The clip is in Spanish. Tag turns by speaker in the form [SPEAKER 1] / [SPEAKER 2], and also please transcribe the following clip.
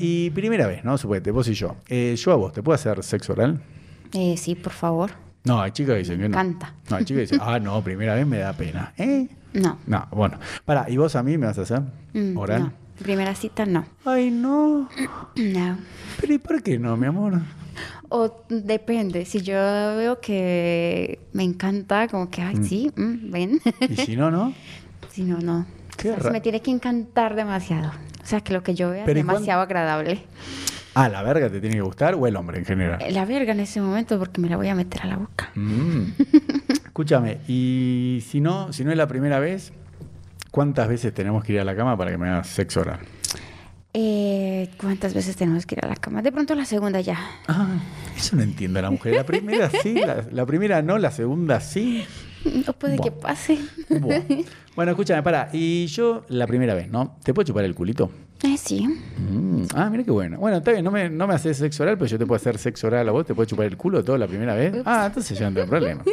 [SPEAKER 1] Y primera vez, ¿no? Suponete, vos y yo. Eh, yo a vos, ¿te puedo hacer sexo oral?
[SPEAKER 2] Eh, sí, por favor.
[SPEAKER 1] No, hay chicas que dicen que no.
[SPEAKER 2] encanta.
[SPEAKER 1] No, hay chicas que dicen, ah, no, primera vez me da pena. ¿Eh?
[SPEAKER 2] No.
[SPEAKER 1] No, bueno. Para, ¿y vos a mí me vas a hacer
[SPEAKER 2] Mm,
[SPEAKER 1] oral?
[SPEAKER 2] No. Primera cita, no.
[SPEAKER 1] Ay, no.
[SPEAKER 2] No.
[SPEAKER 1] Pero ¿y por qué no, mi amor?
[SPEAKER 2] O depende, si yo veo que me encanta, como que, ay, sí, mm, ven.
[SPEAKER 1] Y si no, ¿no?
[SPEAKER 2] si no, no.
[SPEAKER 1] Qué
[SPEAKER 2] O sea, se
[SPEAKER 1] ra-
[SPEAKER 2] me tiene que encantar demasiado. O sea, que lo que yo vea es
[SPEAKER 1] Pero ¿y cuán-
[SPEAKER 2] demasiado agradable.
[SPEAKER 1] Ah, la verga te tiene que gustar o el hombre en general.
[SPEAKER 2] La verga en ese momento porque me la voy a meter a la boca.
[SPEAKER 1] Mm. Escúchame, y si no, si no es la primera vez, ¿cuántas veces tenemos que ir a la cama para que me hagas sexo oral?
[SPEAKER 2] Eh, ¿Cuántas veces tenemos que ir a la cama? De pronto la segunda ya.
[SPEAKER 1] Ah, eso no entiendo la mujer. La primera sí, la, la primera no, la segunda sí.
[SPEAKER 2] No puede que
[SPEAKER 1] Buah.
[SPEAKER 2] pase.
[SPEAKER 1] Buah. Bueno, escúchame, para. Y yo, la primera vez, ¿no? ¿Te puedo chupar el culito?
[SPEAKER 2] Eh, sí.
[SPEAKER 1] Mm, Ah, mira qué bueno. Bueno, está bien, no me, no me haces sexo oral, pero yo te puedo hacer sexo oral a vos, te puedo chupar el culo todo la primera vez. Ah, entonces ya no tengo problema.